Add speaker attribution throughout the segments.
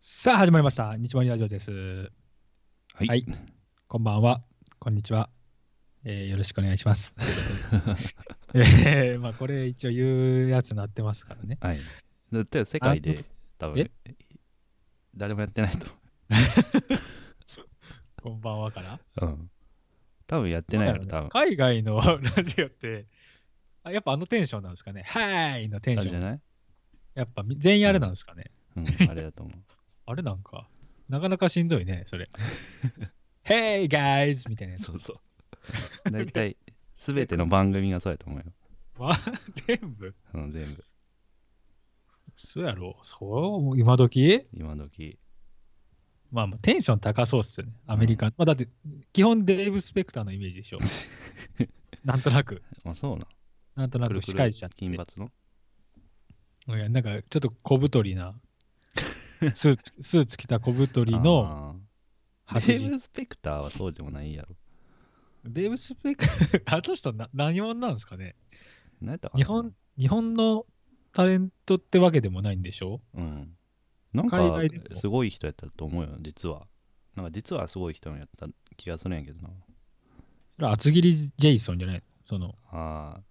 Speaker 1: さあ始まりました日盛りラジオです
Speaker 2: はい
Speaker 1: はいこんばんはこんにちは、えーよろしくお願いしますということです えーまあこれ一応言うやつになってますからね
Speaker 2: はい。だって世界で多分
Speaker 1: え
Speaker 2: 誰もやってないと。
Speaker 1: こんばんはから
Speaker 2: うん。多分やってないよ、多分。
Speaker 1: 海外のラジオってあやっぱあのテンションなんですかねはーいのテン
Speaker 2: あ
Speaker 1: ショ
Speaker 2: れじゃ
Speaker 1: ン
Speaker 2: ない
Speaker 1: やっぱみ全員あれなんですかね、
Speaker 2: うん、あれだと思
Speaker 1: あれなんかなかなかしんどいねそ れ Hey guys! みたいなや
Speaker 2: う。
Speaker 1: つ
Speaker 2: そうそう。大体、すべての番組がそうやと思うよ。
Speaker 1: わ全部
Speaker 2: うん、全部。
Speaker 1: そうやろそう今時
Speaker 2: 今時。
Speaker 1: まあまあテンション高そうっすよね、アメリカ。まあ、だって、基本デーブ・スペクターのイメージでしょ。なんとなく、
Speaker 2: あ、そうな。
Speaker 1: なんとな
Speaker 2: く
Speaker 1: く
Speaker 2: るく
Speaker 1: 司
Speaker 2: る
Speaker 1: 会者って。
Speaker 2: 金髪の
Speaker 1: いやなんかちょっと小太りな、スーツスーツ着た小太りの
Speaker 2: あー
Speaker 1: 白
Speaker 2: デー
Speaker 1: 人。
Speaker 2: ブ・スペクターはそうでもないやろ。
Speaker 1: デーブ・スペクター、 あの人な何者なんですかね
Speaker 2: 何やったかな
Speaker 1: 日本日本のタレントってわけでもないんでしょ
Speaker 2: うん。なん
Speaker 1: 海
Speaker 2: か
Speaker 1: 外でも、
Speaker 2: すごい人やったと思うよ、実は。なんか、実はすごい人やった気がするんやけどな。
Speaker 1: それは厚切りジェイソンじゃないのその
Speaker 2: ああ。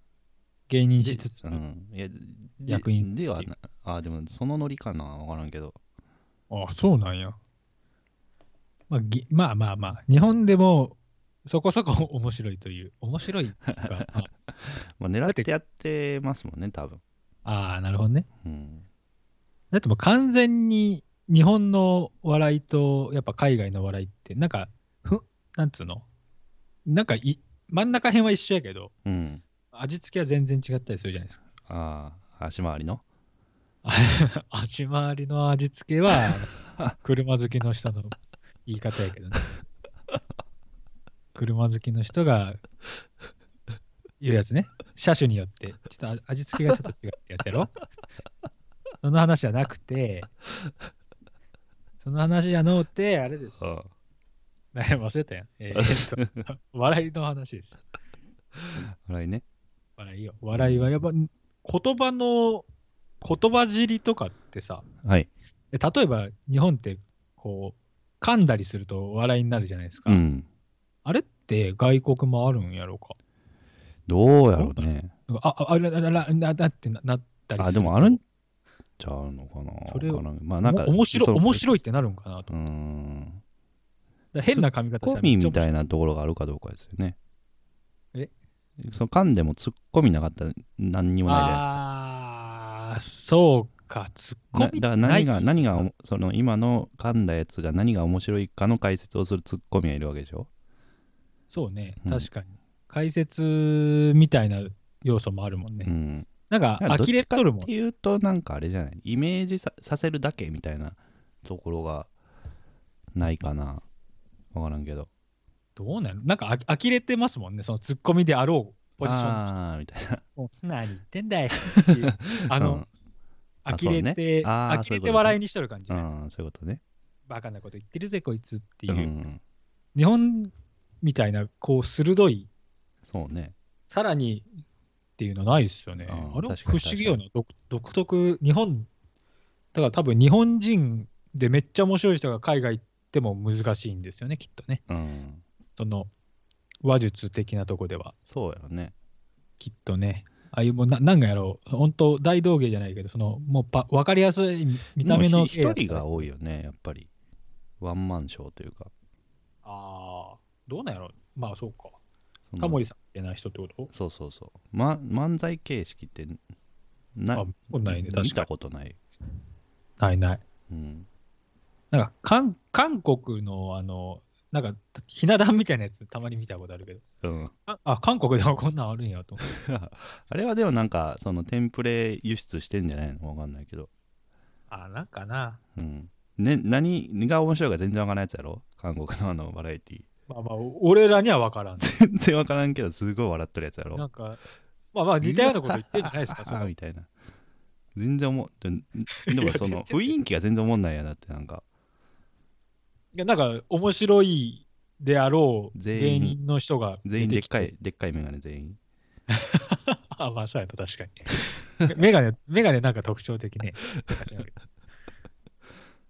Speaker 1: 芸人しつつ、
Speaker 2: うん、いやで
Speaker 1: 役員
Speaker 2: ではなあでもそのノリかな分からんけど
Speaker 1: ああ、そうなんや。まあ、ぎまあまあまあ、日本でもそこそ こ面白いという、面白いっていうか、 あ
Speaker 2: まあ狙ってやってますもんね多分
Speaker 1: ああ、なるほどね。
Speaker 2: うん
Speaker 1: だってもう完全に日本の笑いと、やっぱ海外の笑いって、なんか、ふなんつうのなんかい、真ん中辺は一緒やけど、
Speaker 2: うん
Speaker 1: 味付けは全然違ったりするじゃないですか。
Speaker 2: ああ足回りの
Speaker 1: 味回りの味付けは、車好きの人の言い方やけどね。車好きの人が言うやつね。車種によって、ちょっと味付けがちょっと違うってやつやろ。その話じゃなくて、その話じゃのうて、あれです。
Speaker 2: あ
Speaker 1: ね忘れたやん。えーっと、笑いの話です。
Speaker 2: 笑いね
Speaker 1: 笑いよ。笑いはやっぱ言葉の、言葉尻とかってさ、
Speaker 2: はい
Speaker 1: で例えば日本ってこう噛んだりすると笑いになるじゃないですか、
Speaker 2: うん
Speaker 1: あれって外国もあるんやろうか
Speaker 2: どうやろうね
Speaker 1: なんかあああららららなだってななったりする
Speaker 2: あでもあるんちゃうのかな
Speaker 1: それ
Speaker 2: わからんまあなんか
Speaker 1: お面白い
Speaker 2: その
Speaker 1: 面白いってなるんかなと
Speaker 2: うーん
Speaker 1: だから変な髪型し
Speaker 2: コ
Speaker 1: たらめ
Speaker 2: ミ
Speaker 1: っちゃ面
Speaker 2: み
Speaker 1: 白
Speaker 2: たいなところがあるかどうかですよね
Speaker 1: え
Speaker 2: その噛んでもツッコミなかったら何にもないじゃないですか
Speaker 1: ああーそうかツッコ
Speaker 2: な
Speaker 1: ミ
Speaker 2: だから何
Speaker 1: な
Speaker 2: が
Speaker 1: い
Speaker 2: 何がおもその今の噛んだやつが何が面白いかの解説をするツッコミがいるわけでしょ
Speaker 1: そうね
Speaker 2: うん
Speaker 1: 確かに、解説みたいな要素もあるもんね、
Speaker 2: うん。
Speaker 1: なんか
Speaker 2: だからど
Speaker 1: 呆
Speaker 2: っち
Speaker 1: れ
Speaker 2: か
Speaker 1: とるもん
Speaker 2: っていうとなんかあれじゃないイメージささせるだけみたいなところがないかな。わからんけど。
Speaker 1: どうなのなんかあ呆れてますもんねそのツッコミであろうポジションの人
Speaker 2: あーみたいな。
Speaker 1: もう何言ってんだ いっていうあの、
Speaker 2: あ
Speaker 1: 呆れ
Speaker 2: そう
Speaker 1: て、
Speaker 2: ねあー
Speaker 1: 呆
Speaker 2: そう
Speaker 1: れて
Speaker 2: いうことね
Speaker 1: 笑いにしとる感じじ
Speaker 2: う
Speaker 1: ゃないですか、
Speaker 2: ん、うん、そういうことね。
Speaker 1: バカなこと言ってるぜ、こいつっていうう。
Speaker 2: ん。
Speaker 1: 日本みたいな、こう、鋭い、
Speaker 2: そうね。
Speaker 1: さらにっていうのないですよね。
Speaker 2: うん
Speaker 1: あれ
Speaker 2: 確
Speaker 1: 不
Speaker 2: かに
Speaker 1: 思議よな、独独特、日本、だから多分日本人でめっちゃ面白い人が海外行っても難しいんですよね、きっとね。
Speaker 2: うん。
Speaker 1: その、話術的なとこでは、
Speaker 2: そうやろね。
Speaker 1: きっとね。ああいうもうななんかやろう、本当大道芸じゃないけど、そのもうパ分かりやすい見た目
Speaker 2: でも
Speaker 1: の
Speaker 2: ひ
Speaker 1: 芸だ
Speaker 2: 一
Speaker 1: ったら
Speaker 2: 人が多いよね、やっぱり。ワンマンショーというか。
Speaker 1: ああ、どうなんやろまあそうか。
Speaker 2: その
Speaker 1: タモリさんみたいな人ってこと
Speaker 2: そうそうそう。ま、漫才形式ってな
Speaker 1: あ、もうないね、
Speaker 2: 見
Speaker 1: 確か
Speaker 2: たことない。
Speaker 1: に。ないない。
Speaker 2: うん。
Speaker 1: なんか韓、韓国の、あの、なんか、ひな壇みたいなやつ、たまに見たことあるけど、
Speaker 2: うん、
Speaker 1: あ、あ韓国でもこんなんあるんや と思って。
Speaker 2: あれはでもなんかそのテンプレ輸出してんじゃないのわかんないけど、
Speaker 1: あ、なんかな。
Speaker 2: うんね、何が面白いか全然わからんやつやろ 韓国のあのバラエティ
Speaker 1: まあまあ、お俺らには分からん。
Speaker 2: 全然わからんけどすごい笑ってるやつやろ
Speaker 1: なんか、まあまあ、似たようなこと言ってるんじゃない ですか、そ
Speaker 2: ああ
Speaker 1: の
Speaker 2: みたいな全然思ででもそ
Speaker 1: いや 全然
Speaker 2: の雰囲気が全然思んないやなってなんか
Speaker 1: いやなんか、面白いであろう
Speaker 2: 全
Speaker 1: 芸
Speaker 2: 員
Speaker 1: 人の人が
Speaker 2: 全員で
Speaker 1: 出
Speaker 2: って
Speaker 1: き
Speaker 2: か
Speaker 1: て。
Speaker 2: いでっかい眼鏡全員
Speaker 1: あ、まあ、そうやった、 確かに。メガネ、メガネなんか特徴的ね。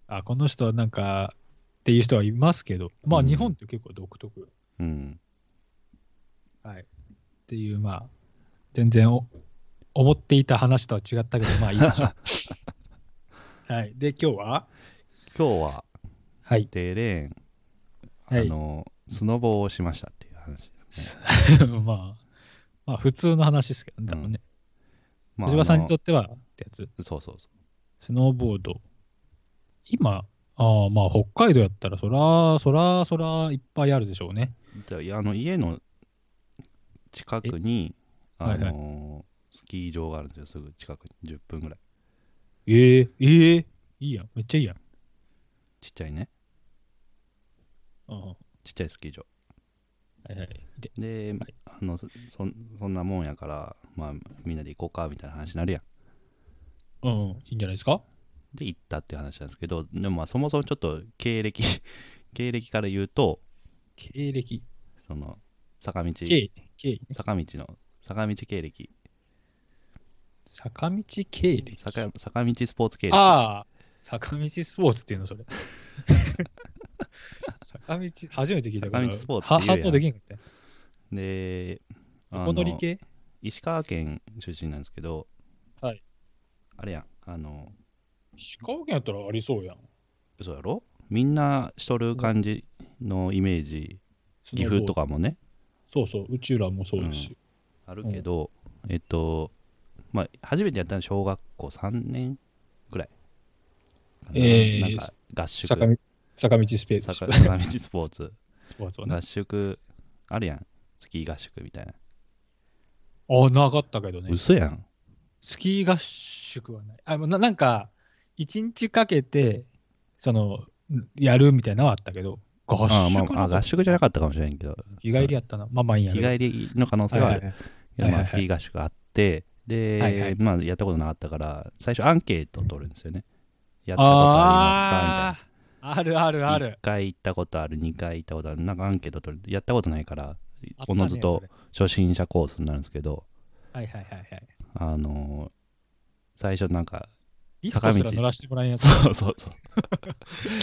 Speaker 1: あ、この人はなんか、っていう人はいますけど、まあ
Speaker 2: うん
Speaker 1: 日本って結構独特。
Speaker 2: うん。
Speaker 1: はい。っていう、まあ、全然お思っていた話とは違ったけど、まあいいでしょ う。はい。で、今日は
Speaker 2: 今日は、
Speaker 1: はい。
Speaker 2: デーレーン、
Speaker 1: はい
Speaker 2: あの、スノボをしましたっていう話です ね。
Speaker 1: まあ、まあ普通の話ですけどね、多分ね。
Speaker 2: まあ
Speaker 1: 藤原さんにと
Speaker 2: っ
Speaker 1: ってはってやつ、
Speaker 2: て。そうそうそ
Speaker 1: スノーボード。今、ああまあ北海道やったら、そら、そら、そらいっぱいあるでしょうね。
Speaker 2: う。であの家の近くに、あ
Speaker 1: はいはい
Speaker 2: の、スキー場があるんですよ、すぐ近くに。10分ぐらい。
Speaker 1: ええええいいやん、めっちゃいいやん。
Speaker 2: ちっちゃいね。
Speaker 1: うんは
Speaker 2: ちっちゃいスキー場。
Speaker 1: いはい。で、
Speaker 2: で、
Speaker 1: はい
Speaker 2: あのそそんそんなもんやから、まあ、みんなで行こうかみたいな話になるやん。
Speaker 1: うん、いいんじゃないですか
Speaker 2: で行ったって話なんですけどでもまあそもそもちょっと経歴 経歴から言うと
Speaker 1: 経歴。
Speaker 2: その坂道
Speaker 1: 経、経、
Speaker 2: 坂道の坂道経歴
Speaker 1: 坂道経歴。
Speaker 2: 坂坂道スポーツ経歴
Speaker 1: ああ、坂道スポーツっていうの、そ れ。坂道、初めて聞いたから
Speaker 2: 坂道スポーツ
Speaker 1: は
Speaker 2: って言うやん
Speaker 1: 反応できんかったよ。
Speaker 2: であ
Speaker 1: 横乗り
Speaker 2: の
Speaker 1: 系
Speaker 2: 石川県出身なんですけど、
Speaker 1: はい
Speaker 2: あれやんあの
Speaker 1: 石川県やったらありそうやん。
Speaker 2: 嘘やろみんなしとる感じのイメージ岐阜と
Speaker 1: か。
Speaker 2: かもね
Speaker 1: そうそう、うちらもそうですし。
Speaker 2: あるけど、えっと、まあ、初めてやったのは小学校3年ぐらい。
Speaker 1: えー
Speaker 2: なんか合宿
Speaker 1: 坂道坂道スペーツ。
Speaker 2: 坂坂道スポーツ、
Speaker 1: スポーツはね
Speaker 2: 合。宿、あるやん、スキー合宿みたいな。
Speaker 1: あ、なかったけどね。
Speaker 2: 嘘やん。
Speaker 1: スキー合宿はない。あななんか、一日かけて、その、やるみたいなのはあったけど、合宿
Speaker 2: あ
Speaker 1: な
Speaker 2: ま
Speaker 1: んか
Speaker 2: あ、あ合宿じゃなかったかもしれんけど、
Speaker 1: 日帰りやったな。まあまあいいんや
Speaker 2: 日
Speaker 1: けど。
Speaker 2: 帰りの可能性はある。いや
Speaker 1: はい
Speaker 2: ま
Speaker 1: はいはい
Speaker 2: あスキー合宿があって、で、
Speaker 1: はいはい
Speaker 2: まあ、やったことなかったから、最初アンケート取るんですよね。やったことありま
Speaker 1: あ。あ
Speaker 2: すかみたいな
Speaker 1: ーあるあるある
Speaker 2: 1。回行ったことある2回行ったことあるなんかアンケート取るやったことないから
Speaker 1: あった
Speaker 2: お
Speaker 1: ね
Speaker 2: のずと
Speaker 1: それ
Speaker 2: 初心者コースになるんですけど
Speaker 1: はいはいはいはい。
Speaker 2: あのー最初なんか
Speaker 1: リフ
Speaker 2: 坂
Speaker 1: ト
Speaker 2: 道
Speaker 1: すら乗らせてもらえんやつ。
Speaker 2: そうそうそう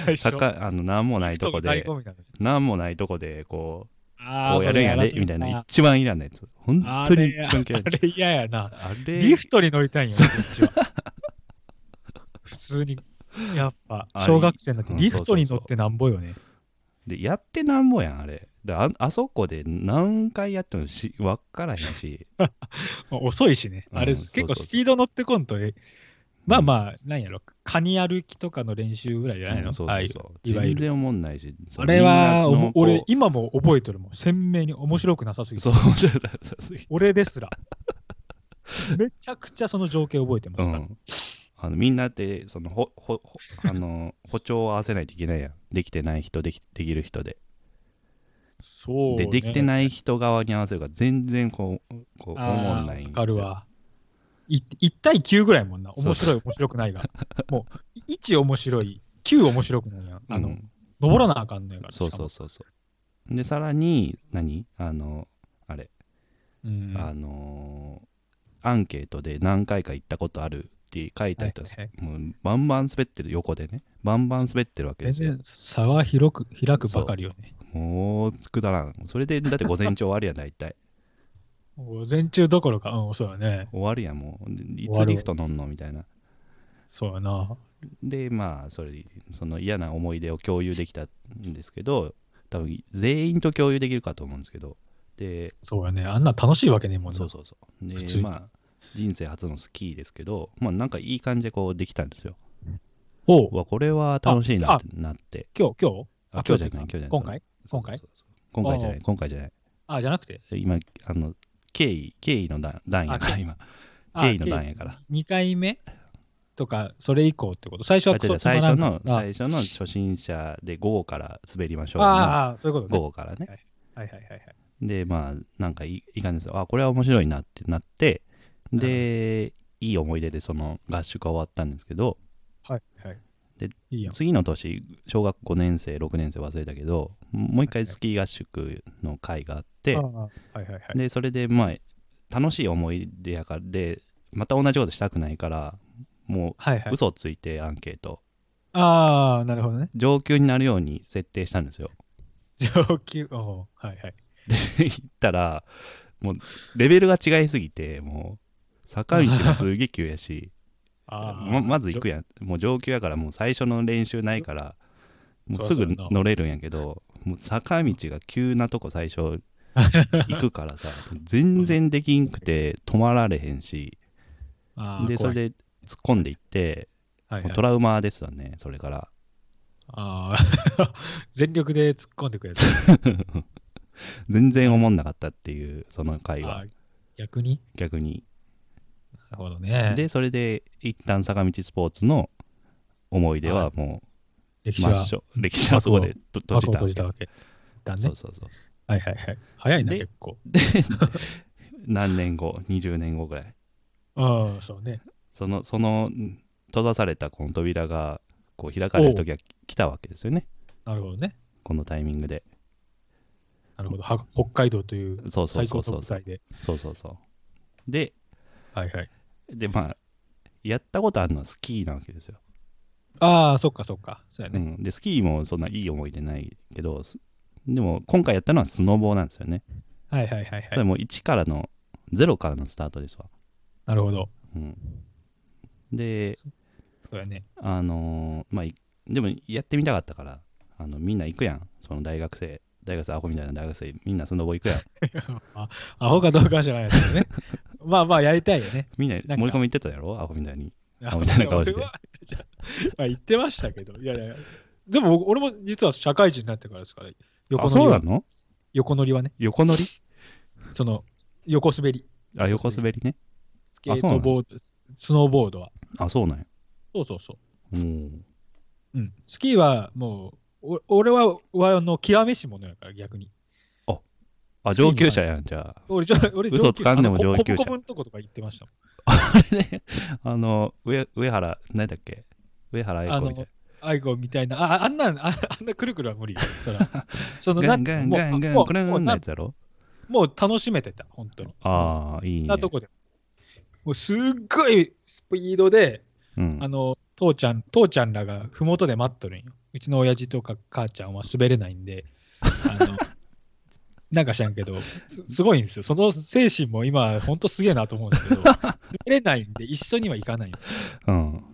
Speaker 1: 最初
Speaker 2: 坂あの何もないと こ
Speaker 1: 人が醍
Speaker 2: で
Speaker 1: 醐味なのに
Speaker 2: 何もないとこでこう
Speaker 1: あー
Speaker 2: こうやるんや
Speaker 1: それ
Speaker 2: ね
Speaker 1: らせ
Speaker 2: みたいな
Speaker 1: あ
Speaker 2: 一番いらんやつ本
Speaker 1: あ
Speaker 2: 当に
Speaker 1: れ
Speaker 2: 一番嫌い
Speaker 1: れ嫌やな。
Speaker 2: あれ
Speaker 1: リフトに乗りたいんやな、こっちは。普通に。やっぱ、
Speaker 2: あれ
Speaker 1: 小学生になって
Speaker 2: うん
Speaker 1: リフトに
Speaker 2: そうそうそう
Speaker 1: 乗ってなんぼよね。
Speaker 2: でやってなんぼやんあれでああそこで何回やってもし分からへんし
Speaker 1: まあ遅いしね。あれ、
Speaker 2: うん
Speaker 1: 結
Speaker 2: そうそう
Speaker 1: 構
Speaker 2: そう
Speaker 1: スピード乗ってこんと、えまあまあ、なんやろ、カニ歩きとかの練習ぐらいじゃないの、
Speaker 2: うんそう
Speaker 1: ああ
Speaker 2: そ
Speaker 1: いう
Speaker 2: そう
Speaker 1: いわゆ
Speaker 2: 全
Speaker 1: る
Speaker 2: 然おもんないし
Speaker 1: あれは、
Speaker 2: みんな
Speaker 1: お
Speaker 2: の
Speaker 1: も
Speaker 2: こう
Speaker 1: 俺、今も覚えてるもん。鮮明に面白くなさすぎて
Speaker 2: そう、。面白かったす ぎ
Speaker 1: 俺です ら。めちゃくちゃその情景覚えてます
Speaker 2: う
Speaker 1: から。
Speaker 2: ん。あのみんなって、そのほほほあの歩調を合わせないといけないやん。できてない人、できできる人で。
Speaker 1: そう、
Speaker 2: で、
Speaker 1: ね。
Speaker 2: できて
Speaker 1: い
Speaker 2: ない人側に合わせるから、全然こう、こう、おもんないん
Speaker 1: わ
Speaker 2: ですよ
Speaker 1: かる。わ。い1対9ぐらいもんな。
Speaker 2: そう
Speaker 1: 面白い、面白くない が。もう、い1面白い、9面白くないやん。
Speaker 2: うん
Speaker 1: あの、登らなあかんのやから。
Speaker 2: そうそう
Speaker 1: しか
Speaker 2: そうそう。で、さらに、何あの、あれ、
Speaker 1: もうん。
Speaker 2: あのーアンケートで何回か行ったことあるって書いた人は、
Speaker 1: はい
Speaker 2: もうバンバン滑ってる、横でね。バンバン滑ってるわけ
Speaker 1: 全
Speaker 2: ですよ。
Speaker 1: 然差は広く開くばかりよね。
Speaker 2: もう、くだらん。それで、だって午 前中終わりやん、大体。
Speaker 1: 午前中どころか、うん、そうやね。
Speaker 2: 終わるやんもうで
Speaker 1: 終
Speaker 2: い
Speaker 1: わる
Speaker 2: つリフト乗んのみたいな
Speaker 1: そうやな。
Speaker 2: でまあそれその嫌な思い出を共有できたんですけど多分全員と共有できるかと思うんですけどで
Speaker 1: そうやね。あんな楽しいわけねえもんな
Speaker 2: そうそうそう
Speaker 1: 普
Speaker 2: で
Speaker 1: 通に
Speaker 2: まあ人生初のスキーですけどまあなんかいい感じでこうできたんですよ
Speaker 1: おう
Speaker 2: うわこれは楽しいな
Speaker 1: あ
Speaker 2: ってなって
Speaker 1: 今日、今日
Speaker 2: あ今日じゃない今日じゃない
Speaker 1: 今回
Speaker 2: そう
Speaker 1: 今回
Speaker 2: そうそうそう今回じゃない今回じゃない
Speaker 1: あ、じゃなくて
Speaker 2: 今あの経緯経緯の段段やから
Speaker 1: あ
Speaker 2: 今
Speaker 1: あ
Speaker 2: 経緯の段やから
Speaker 1: 2回目とか、それ以降ってこと最初
Speaker 2: あ
Speaker 1: は
Speaker 2: 違う違う
Speaker 1: クソ
Speaker 2: 最初の
Speaker 1: つまらんかった
Speaker 2: 最初の初心者で午後から滑りましょうの
Speaker 1: ああ、そういうこと
Speaker 2: 午
Speaker 1: ね。
Speaker 2: 後からね。
Speaker 1: はいはいはいはい。
Speaker 2: で、まあ、なんかいいい感じですよ。あ、これは面白いなってなって、で、いい思い出でその合宿が終わったんですけど、
Speaker 1: はいはい。
Speaker 2: で、
Speaker 1: いいやん。
Speaker 2: 次の年、小学5年生、6年生忘れたけど、もう一回スキー合宿の会があって
Speaker 1: ああ、はいはいはい。
Speaker 2: で、それで、まあ、楽しい思い出やからで、また同じことしたくないから、も
Speaker 1: はいうはい。
Speaker 2: 嘘ついてアンケート。
Speaker 1: ああ、なるほどね。
Speaker 2: 上級になるように設定したんですよ。
Speaker 1: 上級、おーはいはい。
Speaker 2: で行ったらもうレベルが違いすぎてもう坂道がすげえ急やし
Speaker 1: あー
Speaker 2: ままず行くやんもう上級やからもう最初の練習ないからもうす
Speaker 1: そ
Speaker 2: ぐ
Speaker 1: うそうやな
Speaker 2: 乗れるんやけどもう坂道が急なとこ最初行くか らさ全然できんくて止まられへんし
Speaker 1: あー
Speaker 2: でそれ、で突っ込んでいって
Speaker 1: 怖いはい
Speaker 2: もう
Speaker 1: はい
Speaker 2: トラウマですよねそれから
Speaker 1: ああ、 全力で突っ込んでくれた。
Speaker 2: 全然思んなかったっていうその回
Speaker 1: あ
Speaker 2: は
Speaker 1: ー逆に
Speaker 2: 逆に
Speaker 1: なるほどね。
Speaker 2: でそれで一旦坂道スポーツの思い出はもう
Speaker 1: 歴史
Speaker 2: 抹
Speaker 1: は
Speaker 2: 消歴史はそこでと
Speaker 1: 幕を
Speaker 2: 閉
Speaker 1: 閉
Speaker 2: じ
Speaker 1: じ
Speaker 2: た
Speaker 1: た
Speaker 2: わ
Speaker 1: わけ。だ
Speaker 2: け
Speaker 1: ね。
Speaker 2: そうそうそう
Speaker 1: はいはいはい。早いな、
Speaker 2: で
Speaker 1: 結構。
Speaker 2: 何年後20年後ぐらい
Speaker 1: ああ、そうね。
Speaker 2: そのそのん閉ざされたこの扉がこう開かれる時が来たわけですよね
Speaker 1: なるほどね。
Speaker 2: このタイミングで
Speaker 1: なるほど。は北海道という
Speaker 2: そうそ
Speaker 1: 最
Speaker 2: うそ
Speaker 1: 高
Speaker 2: うそ
Speaker 1: の
Speaker 2: う
Speaker 1: 舞台で。
Speaker 2: そうそうそうで
Speaker 1: はいはい。
Speaker 2: でまあやったことあるのはスキーなわけですよ、
Speaker 1: ああ、そっかそっか。そうや
Speaker 2: う
Speaker 1: ね。
Speaker 2: ん、でスキーもそんないい思い出ないけどすでも今回やったのはスノボーなんですよね、
Speaker 1: はいはいはい
Speaker 2: そ
Speaker 1: は
Speaker 2: れ
Speaker 1: い。
Speaker 2: も1からの0からのスタートですわ
Speaker 1: なるほど。
Speaker 2: うん、で、
Speaker 1: そうやね。
Speaker 2: あのーまあ、いでもやってみたかったからあのみんな行くやんその大学生大学生アホみたいな大学生みんなスノボ行 くやん
Speaker 1: あアホかどうかは知らないけど ね。まあまあ、やりたいよね。
Speaker 2: みんな
Speaker 1: か
Speaker 2: 森込み行ってたやろアホみたいに
Speaker 1: あ
Speaker 2: アホみたいな顔して
Speaker 1: まあ言ってましたけど。いやいやいや。でも僕俺も実は社会人になってからですから、横
Speaker 2: あ
Speaker 1: 乗
Speaker 2: そ
Speaker 1: り
Speaker 2: うな
Speaker 1: は
Speaker 2: の
Speaker 1: 横乗りはね、
Speaker 2: 横乗り
Speaker 1: その横滑り、
Speaker 2: あ横滑りね
Speaker 1: スケートボード、ススノーボードは。
Speaker 2: あそうなんや
Speaker 1: そうそうそう。
Speaker 2: うん
Speaker 1: うん、スキーはもう、お俺は俺の極めし者やから逆に。
Speaker 2: あ
Speaker 1: スキーに
Speaker 2: 上級者やんじゃ
Speaker 1: 俺、じょ俺
Speaker 2: 嘘つかんでも上級
Speaker 1: あのコブコ
Speaker 2: 者
Speaker 1: ブのとことか言ってましたも
Speaker 2: ああれね あの上上原何だっけ上原愛子みたい
Speaker 1: ん。アイゴみたいな、ああんなん、ああんなくるくるは無理よ。そらその
Speaker 2: なガ
Speaker 1: な
Speaker 2: ン
Speaker 1: ん
Speaker 2: ガ
Speaker 1: て
Speaker 2: ン
Speaker 1: もう
Speaker 2: ガンガ
Speaker 1: も
Speaker 2: ン
Speaker 1: う
Speaker 2: これ
Speaker 1: もう
Speaker 2: なん
Speaker 1: な
Speaker 2: や
Speaker 1: ん
Speaker 2: つやろ
Speaker 1: もう楽しめてた、本当に。
Speaker 2: ああいい
Speaker 1: そん
Speaker 2: ね
Speaker 1: なとこで。もうすっごいスピードで、
Speaker 2: うん
Speaker 1: あの、父ちゃん、父ちゃんらがふもとで待っとるんよ。うちの親父とか母ちゃんは滑れないんで、あの、 なんか知らんけど、すすごいんですよ。その精神も今、ほんとすげえなと思うんですけど、滑れないんで一緒には行かないんですよ。
Speaker 2: うん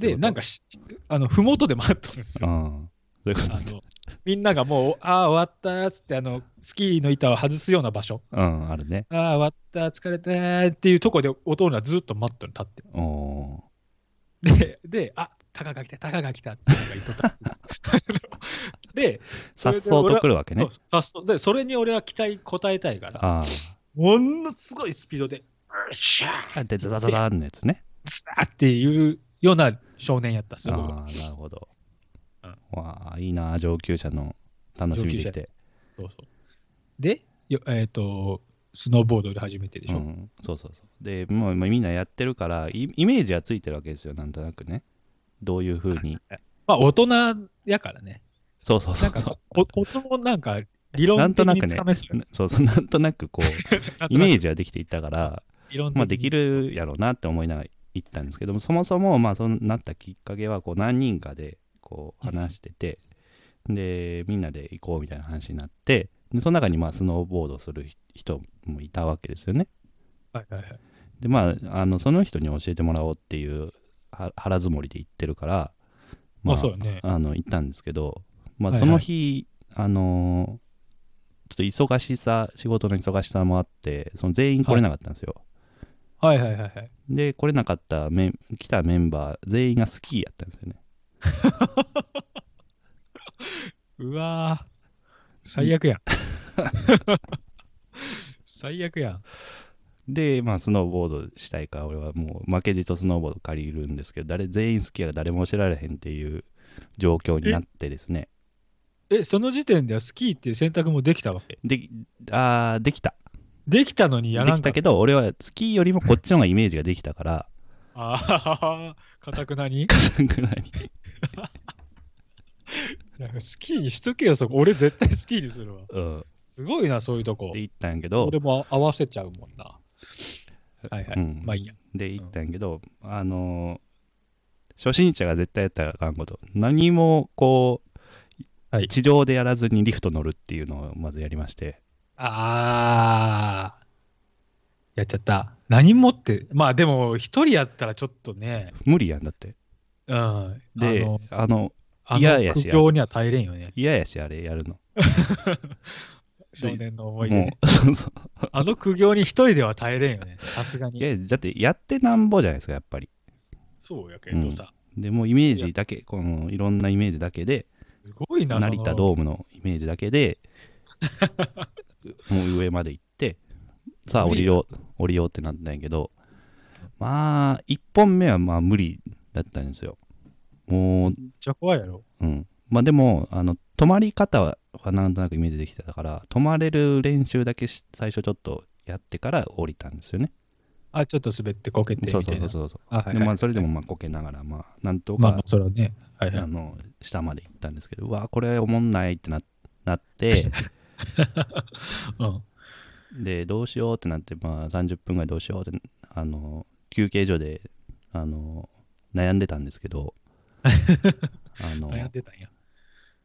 Speaker 2: そういう
Speaker 1: で、
Speaker 2: こと
Speaker 1: なんかし、あの、ふもとで待っとるんです
Speaker 2: う
Speaker 1: よ。
Speaker 2: んそういうこと
Speaker 1: あの、みんながもう、ああ、終わったっつって、あの、スキーの板を外すような場所。
Speaker 2: うんあるね
Speaker 1: ああ、終わった、疲れたーっていうとこで、お父がずっと待っとる、立って。
Speaker 2: おおー
Speaker 1: で、で、あタカが来た、タカが来たっていうのが言っとったんですよで、
Speaker 2: さっそうと来るわけ ね。
Speaker 1: そうそうで、それに俺は期待応えたいから、
Speaker 2: あ
Speaker 1: ものすごいスピードで、うっしゃ
Speaker 2: あ。で、ザザザザーのやつね。
Speaker 1: ーザーっていうような少年やったんですよ、僕は
Speaker 2: ああ、なるほど
Speaker 1: うん。
Speaker 2: わあ、いいな、上級者の楽しみできて。
Speaker 1: そうそうで、よえっ、と、スノーボードで初めてでし
Speaker 2: う
Speaker 1: ょ。
Speaker 2: ん、そうそうそう。で、もうまあみんなやってるから、イイメージはついてるわけですよ、なんとなくね。どういうふうに。
Speaker 1: まあ、大人やからね。
Speaker 2: そうそう
Speaker 1: な
Speaker 2: そ
Speaker 1: ん
Speaker 2: う
Speaker 1: か
Speaker 2: そ
Speaker 1: こ、コツもなんか、理
Speaker 2: う。なん
Speaker 1: 論
Speaker 2: と
Speaker 1: 的
Speaker 2: なく
Speaker 1: に
Speaker 2: ね
Speaker 1: つかめそうや、、
Speaker 2: そうそう、なんとなくこう、
Speaker 1: なんと
Speaker 2: イ
Speaker 1: なく
Speaker 2: メージはできていったから、
Speaker 1: 理論的に
Speaker 2: まあできるやろうなって思いながら行ったんですけども、そもそも、まあそうなったきっかけは、こう何人かでこう話してて、で、みんなで行こうみたいな話になって、でその中にまあスノーボードする人もいたわけですよね。
Speaker 1: はいはいはい。
Speaker 2: で、まあ、あのその人に教えてもらおうっていうは腹積もりで行ってるから、
Speaker 1: まあ、そうよね。
Speaker 2: あの行ったんですけど、まあ、
Speaker 1: はい
Speaker 2: そ
Speaker 1: はい
Speaker 2: の日、あのーちょっと忙しさ仕事の忙しさもあってその全員来れなかったんですよ、
Speaker 1: はいはいはいはい。
Speaker 2: で来れなかったメン来たメンバー全員がスキーやったんですよね
Speaker 1: うわー最悪やん。最悪やん。
Speaker 2: でまあスノーボードしたいから俺はもう負けじとスノーボード借りるんですけど誰全員スキーが誰も教えられへんっていう状況になってですね
Speaker 1: え、その時点ではスキーっていう選択もできたわけ
Speaker 2: であーできた
Speaker 1: できたのにや
Speaker 2: で
Speaker 1: らん
Speaker 2: き
Speaker 1: か
Speaker 2: た
Speaker 1: った
Speaker 2: けど俺はスキーよりもこっちの方がイメージができたから
Speaker 1: ああ、かたくなに
Speaker 2: かさぐらいに
Speaker 1: なんかスキーにしとけよ、そこ。俺絶対スキーにするわ。
Speaker 2: うん
Speaker 1: すごいな、そういうとこ
Speaker 2: で。行ったんやけど
Speaker 1: 俺も合わせちゃうもんな。はいはい。
Speaker 2: うん
Speaker 1: まあいいや。
Speaker 2: で行ったんやけど、あのー初心者が絶対やったらあかんこと何もこう、
Speaker 1: はい
Speaker 2: 地上でやらずにリフト乗るっていうのをまずやりまして
Speaker 1: ああ。やっちゃった。何もって、まあでも、一人やったらちょっとね、
Speaker 2: 無理やんだって
Speaker 1: うん。
Speaker 2: で
Speaker 1: あの、
Speaker 2: あの
Speaker 1: あ
Speaker 2: いやい
Speaker 1: の
Speaker 2: や
Speaker 1: 苦
Speaker 2: し
Speaker 1: 境には耐えれんよね。
Speaker 2: 嫌やしあれやるの
Speaker 1: 少年の思い出ね、
Speaker 2: もう そうそう
Speaker 1: あの苦境に一人では耐えれんよね。さすが
Speaker 2: い
Speaker 1: に。
Speaker 2: やだってやってなんぼじゃないですかやっぱり
Speaker 1: そうやけどさ、
Speaker 2: でもうイメージだけこのいろんなイメージだけです
Speaker 1: ごいな、
Speaker 2: 成田
Speaker 1: う
Speaker 2: ドームのイメージだ けでもう上まで行ってさあ降りよう降りようってなったんやけどまあ1本目はまあ無理だったんですよも
Speaker 1: め
Speaker 2: う
Speaker 1: っちゃ怖いやろ。
Speaker 2: うんまあでもあの泊まり方はなんとなくイメージできてたから泊まれる練習だけし最初ちょっとやってから降りたんですよね
Speaker 1: あ、ちょっと滑ってこけてみたい
Speaker 2: そう
Speaker 1: な。
Speaker 2: そうそうそうそ
Speaker 1: あ、は
Speaker 2: う
Speaker 1: い
Speaker 2: で
Speaker 1: はい
Speaker 2: まあそれでもまあこけながらまあなんと
Speaker 1: まあま
Speaker 2: か
Speaker 1: あ、それはね。はいはい
Speaker 2: あの下まで行ったんですけどうわこれおもんないってななって
Speaker 1: うん。
Speaker 2: でどうしようってなって、まあ、30分ぐらいどうしようってあの休憩所であの悩んでたんです けどあの、
Speaker 1: 悩んでたんや。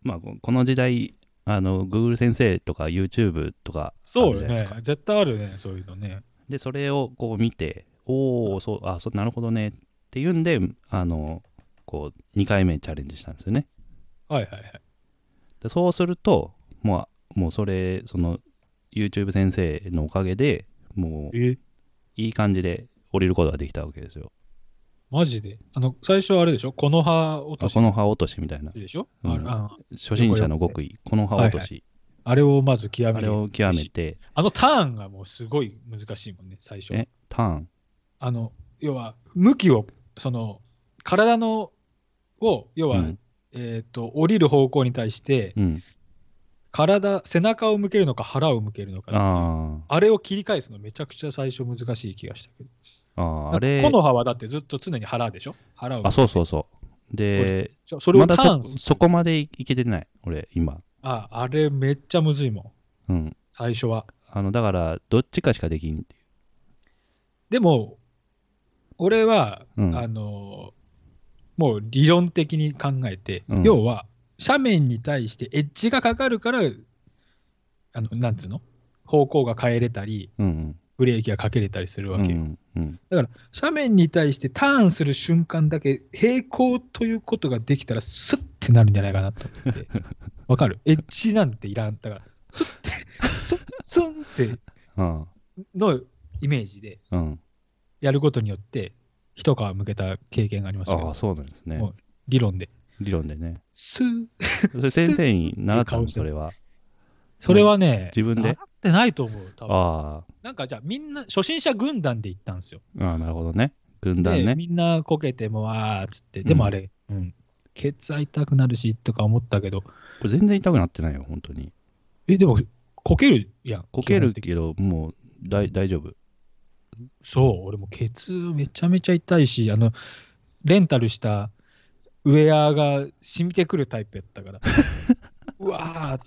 Speaker 2: まあ、ここの時代あの Google 先生とか YouTube とかあ
Speaker 1: そう
Speaker 2: る
Speaker 1: よ
Speaker 2: じゃないです
Speaker 1: ね
Speaker 2: か。
Speaker 1: 絶対あるよね、そういうのね。
Speaker 2: でそれをこう見ておおそうあそうなるほどねっていうんであのこう2回目チャレンジしたんですよね。
Speaker 1: はいはいはい。
Speaker 2: でそうするともうもうそれその YouTube 先生のおかげでもう
Speaker 1: え
Speaker 2: いい感じで降りることができたわけですよ。
Speaker 1: マジであの、最初あれでしょこの葉落と
Speaker 2: あ
Speaker 1: し
Speaker 2: この葉落としみたいな
Speaker 1: でしょ、
Speaker 2: うん
Speaker 1: あれあ
Speaker 2: 初心者の極意この葉落とし、
Speaker 1: あれをまず極め
Speaker 2: あれ
Speaker 1: る
Speaker 2: を極めて
Speaker 1: あのターンがもうすごい難しいもんね、最初。
Speaker 2: えターン
Speaker 1: あの、要は、向きを、その、体の、を、要は、
Speaker 2: うん
Speaker 1: えっ、と、降りる方向に対して、
Speaker 2: うん
Speaker 1: 体、背中を向けるのか腹を向けるのかっていう
Speaker 2: あー
Speaker 1: あれを切り返すのめちゃくちゃ最初難しい気がしたけど。
Speaker 2: あーあれ
Speaker 1: 木の葉はだってずっと常に腹でしょ腹を
Speaker 2: あそうそうそうで
Speaker 1: そそれを
Speaker 2: ま
Speaker 1: タ
Speaker 2: だ
Speaker 1: ーン
Speaker 2: そ
Speaker 1: する
Speaker 2: そこまでいいけてない俺今
Speaker 1: ああれめっちゃむずいもん
Speaker 2: うん
Speaker 1: 最初は
Speaker 2: あのだからどっちかしかできんってい
Speaker 1: でも俺は、
Speaker 2: うん
Speaker 1: あのもう理論的に考えて、
Speaker 2: うん
Speaker 1: 要は斜面に対してエッジがかかるからあのなんつうの方向が変えれたり
Speaker 2: ううん
Speaker 1: ブレーキがかけれたりする
Speaker 2: う
Speaker 1: わ
Speaker 2: んう
Speaker 1: けよ、
Speaker 2: んうん
Speaker 1: だから斜面に対してターンする瞬間だけ平行ということができたらスッてなるんじゃないかなと思 ってわかるエッジなんていらんだからスッてスッスンって
Speaker 2: あ
Speaker 1: のイメージで
Speaker 2: ーうん
Speaker 1: やることによって一皮向けた経験がありましたけ
Speaker 2: ああ
Speaker 1: ど
Speaker 2: そうなんですね
Speaker 1: もう理論で
Speaker 2: 理論でね
Speaker 1: スー
Speaker 2: それ先生に習ったの
Speaker 1: す
Speaker 2: それは
Speaker 1: それはね
Speaker 2: 自分で
Speaker 1: 習ってないと思う多分
Speaker 2: あ
Speaker 1: なんかじゃあみんな初心者軍団で行ったんですよ
Speaker 2: ーあーなるほどね軍団
Speaker 1: で
Speaker 2: ね
Speaker 1: みんなこけてもあーっつってでもあれ、うん、ケツは痛くなるしとか思ったけど
Speaker 2: これ全然痛くなってないよ本当に
Speaker 1: え、でも、こけるやん。
Speaker 2: こける
Speaker 1: 基本的に
Speaker 2: けどもう大大丈夫
Speaker 1: そう、俺もケツめちゃめちゃ痛いし、あの、レンタルしたウェアが染みてくるタイプやった から。うわ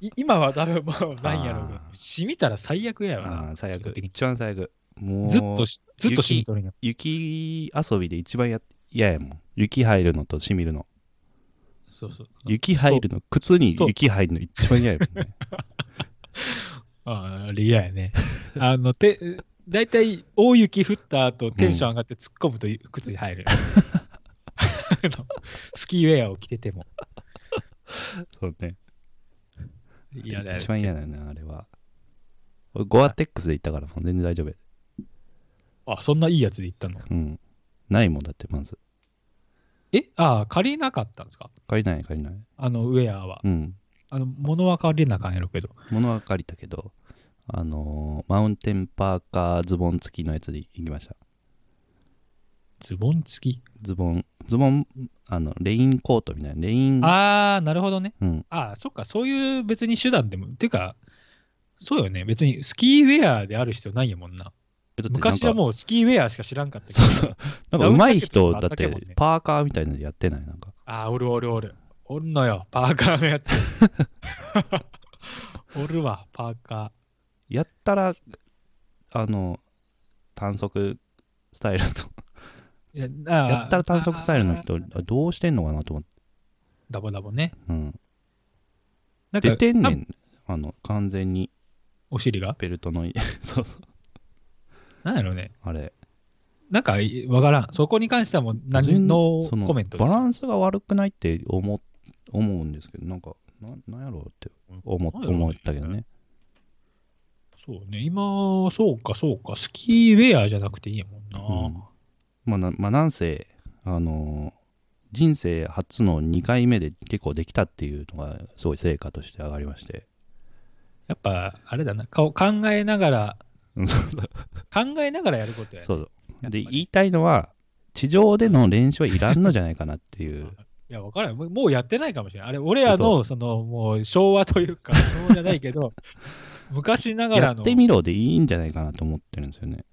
Speaker 1: ーい今は多分もうなんやろうけど
Speaker 2: あ、ー
Speaker 1: 染みたら最悪やよ
Speaker 2: あ
Speaker 1: な
Speaker 2: あ。最
Speaker 1: 基
Speaker 2: 悪
Speaker 1: 本的に
Speaker 2: 一番最悪もう
Speaker 1: ずっとし、ずっと染みとるんやん。
Speaker 2: 雪遊びで一番や嫌やもん雪入るのとしみるの
Speaker 1: そうそう。
Speaker 2: 雪入るの靴に
Speaker 1: そう
Speaker 2: 雪入るの一番嫌やもん ね
Speaker 1: あーあれ嫌や ね。あの、て、大体大雪降った後テンション上がって突っ込むと靴に入る。 あのスキーウェアを着てても。
Speaker 2: そうね
Speaker 1: 嫌だよ
Speaker 2: 一番嫌だよねあれは俺ゴアテックスで行ったからもう全然大丈夫や
Speaker 1: あ、そんないいやつで行ったの
Speaker 2: うんないもんだってまず
Speaker 1: えああ、借りなかったんですか
Speaker 2: 借りない借りない
Speaker 1: あの、ウェアは。
Speaker 2: うん
Speaker 1: あの、物は借りなあかんやろうけど。
Speaker 2: 物は借りたけどあのーマウンテンパーカーズボン付きのやつで行きました
Speaker 1: ズボン付き。
Speaker 2: ズボンズボンあのレインコートみたいなレイン
Speaker 1: ああ、なるほどね。
Speaker 2: うん
Speaker 1: ああ、そっか、そういう別に手段でも。てか、そうよね。別にスキーウェアである必要ないやもんな。
Speaker 2: えだってなんか
Speaker 1: 昔はもうスキーウェアしか知らんかったけど
Speaker 2: そうそう。なんか上手い人、だっ
Speaker 1: ダウンジャケットとかあったけど
Speaker 2: て
Speaker 1: ね、
Speaker 2: パーカーみたいなのやってないなんか。
Speaker 1: ああ、おるおるおる。おるのよ、パーカーのやつ。 おるわ、パーカー。
Speaker 2: やったら、あの、短足スタイルと、
Speaker 1: いやあー
Speaker 2: やったら短足スタイルの人
Speaker 1: あー
Speaker 2: どうしてんのかなと思って、
Speaker 1: ダボダボね。
Speaker 2: うん、
Speaker 1: なんか
Speaker 2: 出てんね
Speaker 1: あ
Speaker 2: んあの完全に
Speaker 1: お尻が
Speaker 2: ベルトの そうそう
Speaker 1: なんやろね。
Speaker 2: あれ
Speaker 1: なんかいわからん。そこに関してはもう何の
Speaker 2: その
Speaker 1: コメント
Speaker 2: バラ
Speaker 1: ン
Speaker 2: ンスが悪くないって思思うんですけどなんかななんやろうって思っ
Speaker 1: なんやろうね
Speaker 2: 思ったけどね
Speaker 1: そうね。今、そうかそうか。スキーウェアじゃなくていいもんな。
Speaker 2: まあなまあなんせあのー人生初の2回目で結構できたっていうのがすごい成果として上がりまして
Speaker 1: やっぱ、あれだな。顔考えながら、
Speaker 2: うんそうそう
Speaker 1: 考えながらやることやね。
Speaker 2: そう
Speaker 1: やっぱ
Speaker 2: で
Speaker 1: り
Speaker 2: 言いたいのは地上での練習はいらんのじゃないかなっていう
Speaker 1: いや、わからん。もうもうやってないかもしれない。あれ、俺らの、その、もう昭和というか、昭和じゃないけ ど、昔なが
Speaker 2: や
Speaker 1: ら
Speaker 2: っ
Speaker 1: の。
Speaker 2: てみろでいいんじゃないかなと思ってるんですよね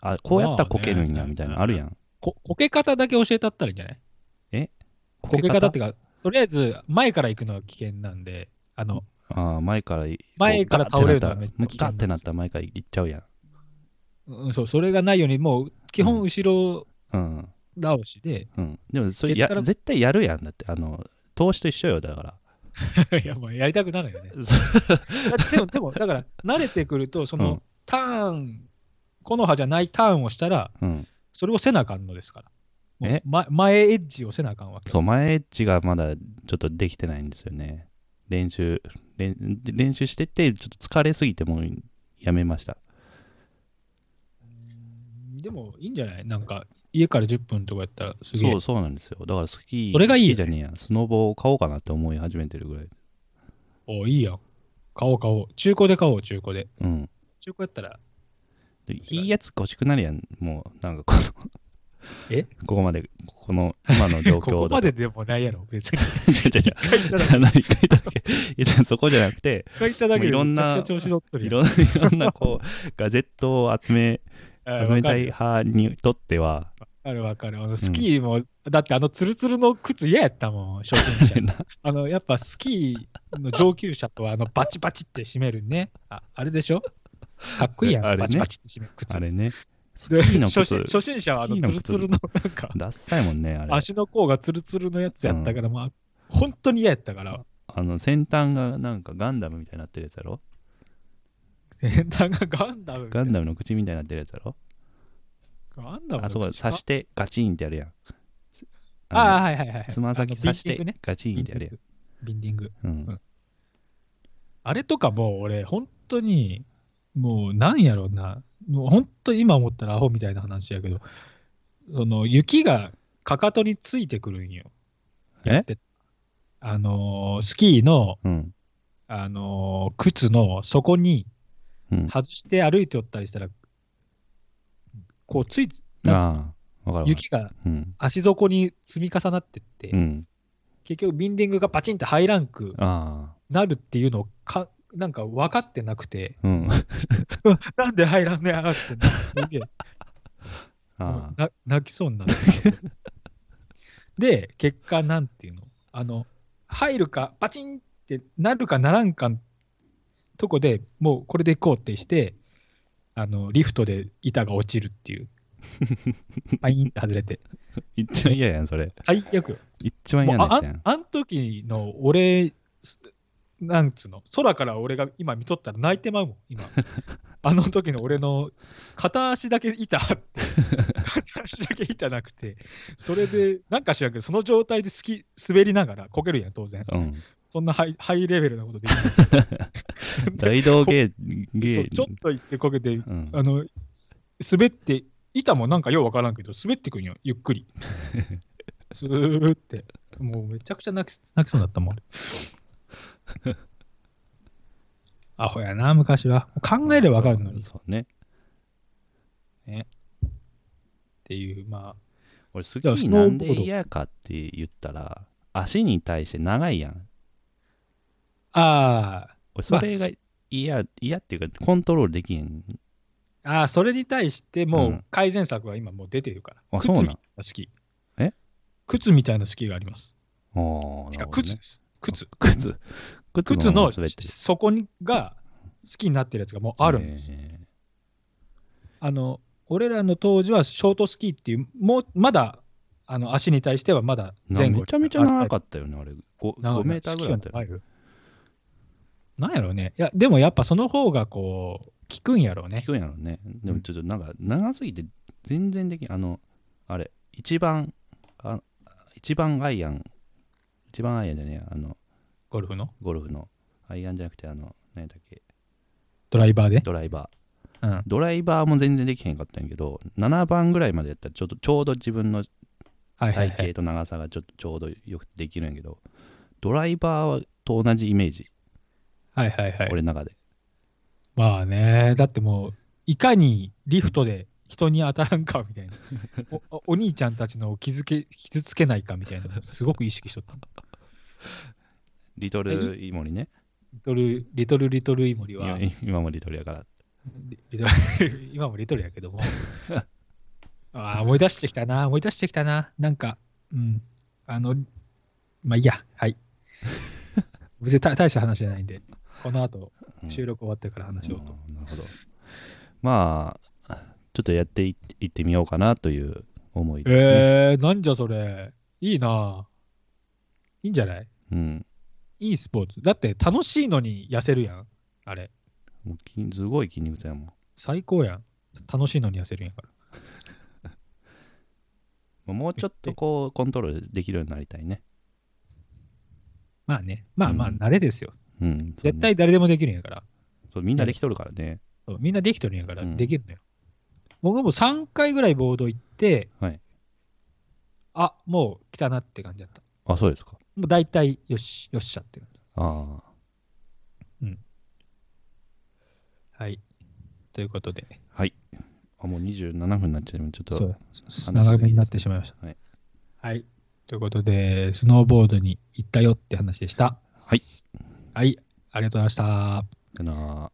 Speaker 2: あこうやったらこけるん
Speaker 1: まあ
Speaker 2: や
Speaker 1: ね
Speaker 2: みたいなのあるやん
Speaker 1: こ、こけ方だけ教えたったらいいんじゃないこ
Speaker 2: こ
Speaker 1: け方っていうか、とりあえず、前から行くのは危険なんで、あの、
Speaker 2: ああ前から
Speaker 1: 前から
Speaker 2: こう
Speaker 1: 倒れるの
Speaker 2: ガ
Speaker 1: は
Speaker 2: ッて
Speaker 1: め
Speaker 2: な
Speaker 1: っ
Speaker 2: っ
Speaker 1: ち
Speaker 2: た
Speaker 1: ゃ危険
Speaker 2: らガッてなったら前から行っちゃうやん
Speaker 1: うん、そう、それがないように、もう、基本後ろ
Speaker 2: うん
Speaker 1: 倒しで、
Speaker 2: うんでもそれや
Speaker 1: ケツから
Speaker 2: 絶対やるやんだってあの投資と一緒よだから
Speaker 1: いや、もうやりたくなる よね。だってでも、でも、だから、慣れてくると、その、
Speaker 2: うん
Speaker 1: ターン、木の葉じゃないターンをしたら、
Speaker 2: うん
Speaker 1: それをせなあかんのですから。もう
Speaker 2: え
Speaker 1: ま、前エッジをせなあかんわけ。
Speaker 2: そう前エッジがまだちょっとできてないんですよね練習練練習しててちょっと疲れすぎてもうやめました
Speaker 1: うんでも、いいんじゃないなんか、家から10分とかやったら、すげえ
Speaker 2: そう。そうなんですよだからスキー
Speaker 1: それがいいよね
Speaker 2: スキーじゃねえやスノボを買おうかなって思い始めてるぐらい
Speaker 1: おいいやん。買おう買おう。中古で買おう、中古で。
Speaker 2: うん
Speaker 1: 中古やったら、
Speaker 2: でいいやつ欲しくなるやんもうなんかこの
Speaker 1: え
Speaker 2: ここまでこの今の状
Speaker 1: こ
Speaker 2: 況
Speaker 1: こ
Speaker 2: だと
Speaker 1: まででもないやろ、別に。
Speaker 2: 違う違う違
Speaker 1: 一回行っ
Speaker 2: う
Speaker 1: ただけ、
Speaker 2: あの一回だけ。いやじゃあそこじゃなくて、
Speaker 1: 一回行っただけで、
Speaker 2: もういろんな
Speaker 1: めちゃくちゃ調子乗ってる
Speaker 2: い
Speaker 1: やん
Speaker 2: ろんないろんなこう、ガジェットを集め、
Speaker 1: あ
Speaker 2: 集めたい派にとっては、
Speaker 1: わかるわかる。あのスキーも、だってあのツルツルの靴嫌やったもん、初心
Speaker 2: 。
Speaker 1: 者
Speaker 2: な
Speaker 1: あの、やっぱスキーの上級者とはあのバチバチって締めるね。ああれでしょかっこいいやん、
Speaker 2: あれね
Speaker 1: バチバチって締める靴。
Speaker 2: あれね、スキ
Speaker 1: で
Speaker 2: ーの
Speaker 1: 初
Speaker 2: 靴
Speaker 1: 心、初心者はあの
Speaker 2: スキ
Speaker 1: ツ
Speaker 2: ー
Speaker 1: ル
Speaker 2: の靴
Speaker 1: ツルのなんか
Speaker 2: ダッサいもんね、あれ。
Speaker 1: 足の甲がツルツルのやつやったから、まあ本当に嫌やったから、
Speaker 2: あの先端がなんかガンダムみたいになってるやつやろ
Speaker 1: なんかガンダムみたい
Speaker 2: ガン
Speaker 1: な
Speaker 2: ダムの口みたいになってるやつやろ
Speaker 1: ガンダムの
Speaker 2: あそこ
Speaker 1: 口か
Speaker 2: 刺してガチンってやるやん。
Speaker 1: あ
Speaker 2: あ
Speaker 1: あ、はいはいはいはい。
Speaker 2: のつま先刺し
Speaker 1: あのビンディング
Speaker 2: て
Speaker 1: ね
Speaker 2: ガチンってやる
Speaker 1: ビンディング。
Speaker 2: やん。う
Speaker 1: うんんあれとかもう俺、本当に、もうなんやろうな、もう本当に今思ったらアホみたいな話やけど、その雪がかかとについてくるんよ。
Speaker 2: え
Speaker 1: やってあのースキーの、
Speaker 2: うん。
Speaker 1: あのー靴の底に
Speaker 2: うん。
Speaker 1: 外して歩いておったりしたら、こうついなんつうの
Speaker 2: ああ、わかるわかる。
Speaker 1: 雪が
Speaker 2: うん。
Speaker 1: 足底に積み重なってって、
Speaker 2: うん。
Speaker 1: 結局ビンディングがパチンと入らんく
Speaker 2: あ
Speaker 1: なるっていうのをか、なんか分かってなくて、
Speaker 2: あ、うん。
Speaker 1: なんで入らんねやってな、すげえ
Speaker 2: あ
Speaker 1: な泣きそうになった。で、結果、なんていうのあの、入るか、パチンってなるかならんかんとこでもうこれで行こうってして、あのリフトで板が落ちるって いう。パインって外れて。
Speaker 2: あ、一番嫌やん、それ。
Speaker 1: 最悪よ。
Speaker 2: 一番
Speaker 1: もう
Speaker 2: 嫌なや
Speaker 1: あ
Speaker 2: つやん。
Speaker 1: ああん時の俺、すなんつうの、空から俺が今見とったら泣いてまうもん、今。あの時の俺の片足だけ板あって、片足だけ板なくて、それで、なんか知らんけど、その状態でスキ滑りながらこけるやん、当然。
Speaker 2: うん。
Speaker 1: そんなハイハイレベルなことできない。
Speaker 2: 大道芸、
Speaker 1: で そう
Speaker 2: 芸、
Speaker 1: ちょっと行ってこけて、
Speaker 2: うん、
Speaker 1: あの、滑って、板もなんかようわからんけど、滑ってくんよ、ゆっく り。スーって。もうめちゃくちゃ泣き泣きそうになったもん、俺 アホやな、昔は。考えればわかるのにっ
Speaker 2: そうそうね。
Speaker 1: ていう、まあ、
Speaker 2: 俺、スキ
Speaker 1: や
Speaker 2: ーな
Speaker 1: スノ
Speaker 2: ん
Speaker 1: ーボ
Speaker 2: で
Speaker 1: ード
Speaker 2: 嫌かって言ったら、足に対して長いやん。
Speaker 1: あ
Speaker 2: 俺、それが嫌、嫌っていうか、コントロールできへん。
Speaker 1: あ、ああ、それに対しても
Speaker 2: う
Speaker 1: うん改善策は今もう出てるから。
Speaker 2: あ
Speaker 1: 靴み
Speaker 2: そう
Speaker 1: た
Speaker 2: ないん
Speaker 1: なスキー。
Speaker 2: え
Speaker 1: 靴みたいなスキーがあります。
Speaker 2: あー
Speaker 1: て
Speaker 2: な
Speaker 1: か
Speaker 2: るほど
Speaker 1: 靴
Speaker 2: ね
Speaker 1: です。靴。
Speaker 2: 靴。靴
Speaker 1: 靴
Speaker 2: のま
Speaker 1: の
Speaker 2: ま滑ってる
Speaker 1: 底にが好きになってるやつがもうあるんです。
Speaker 2: え
Speaker 1: あの、俺らの当時はショートスキーっていう、もうまだあの足に対してはまだ前後。
Speaker 2: めちゃめちゃ長かったよね、あれ。5,
Speaker 1: 長かった
Speaker 2: メーターぐらいあったよね。
Speaker 1: スキーが長いよなんやろうね。いや、でもやっぱその方がこう、効くんやろうね
Speaker 2: 聞。くんやろね。でもちょっとなんか長すぎて全然できん。あの、あれ、一番、あ一番アイアン、一番アイアンじゃねえやあの、
Speaker 1: ゴルフの
Speaker 2: ゴルフの、アイアンじゃなくて、あの、何だっけ、
Speaker 1: ドライバーで。
Speaker 2: ドライバー。
Speaker 1: うん。
Speaker 2: ドライバーも全然できへんかったんやけど、7番ぐらいまでやったらちょうどちょうど自分の
Speaker 1: はいはい
Speaker 2: 体
Speaker 1: はい。
Speaker 2: 型と長さがちょちょうどよくできるんやけど、ドライバーと同じイメージ、
Speaker 1: はいはいはい。
Speaker 2: 俺の中で。
Speaker 1: まあね、だってもう、いかにリフトで人に当たらんかみ たいな、おお兄ちゃんたちの傷け傷つけないかみたいなのをすごく意識しとった。
Speaker 2: リトルイモリね。
Speaker 1: リトル、リトル、リトルイモリは、
Speaker 2: い今もリトルやから。
Speaker 1: リリトル 今もリトルやけど も、ああ、思い出してきたな、思い出してきたな、なんか、うん、あの、まあいいや、 はい。別に大大した話じゃないんで、この後、
Speaker 2: うん
Speaker 1: 収録終わってから話をと。
Speaker 2: うんなるほど。まあ、ちょっとやっていいってみようかなという思いですね。
Speaker 1: えー、なんじゃそれ。いいな。いいんじゃない
Speaker 2: うん
Speaker 1: いいスポーツ。だって楽しいのに痩せるやん。あれ。
Speaker 2: もう筋すごい筋肉痛やもん。
Speaker 1: 最高やん。楽しいのに痩せるんやから。
Speaker 2: まあもうちょっ とこうコントロールできるようになりたいね。
Speaker 1: まあね。まあまあ、
Speaker 2: うん
Speaker 1: 慣れですよ。
Speaker 2: うん、そうね
Speaker 1: 絶対誰でもできるんやから。
Speaker 2: そうみんなできとるからね。
Speaker 1: そうみんなできてるんやから、
Speaker 2: うん
Speaker 1: できるのよ。僕も3回ぐらいボード行って、
Speaker 2: はい
Speaker 1: あもう来たなって感じだった。
Speaker 2: あ、そうですか。
Speaker 1: もう大体、よし、よっしゃって感じ。
Speaker 2: ああ。
Speaker 1: はい。ということで、
Speaker 2: はい。あ、もう27分になっちゃう。ちょっと。
Speaker 1: そうそう
Speaker 2: 話しすぎ
Speaker 1: 長めになってしまいました。
Speaker 2: はい
Speaker 1: はい。ということで、スノーボードに行ったよって話でした。
Speaker 2: はい。
Speaker 1: はい。ありがとうございました。
Speaker 2: かな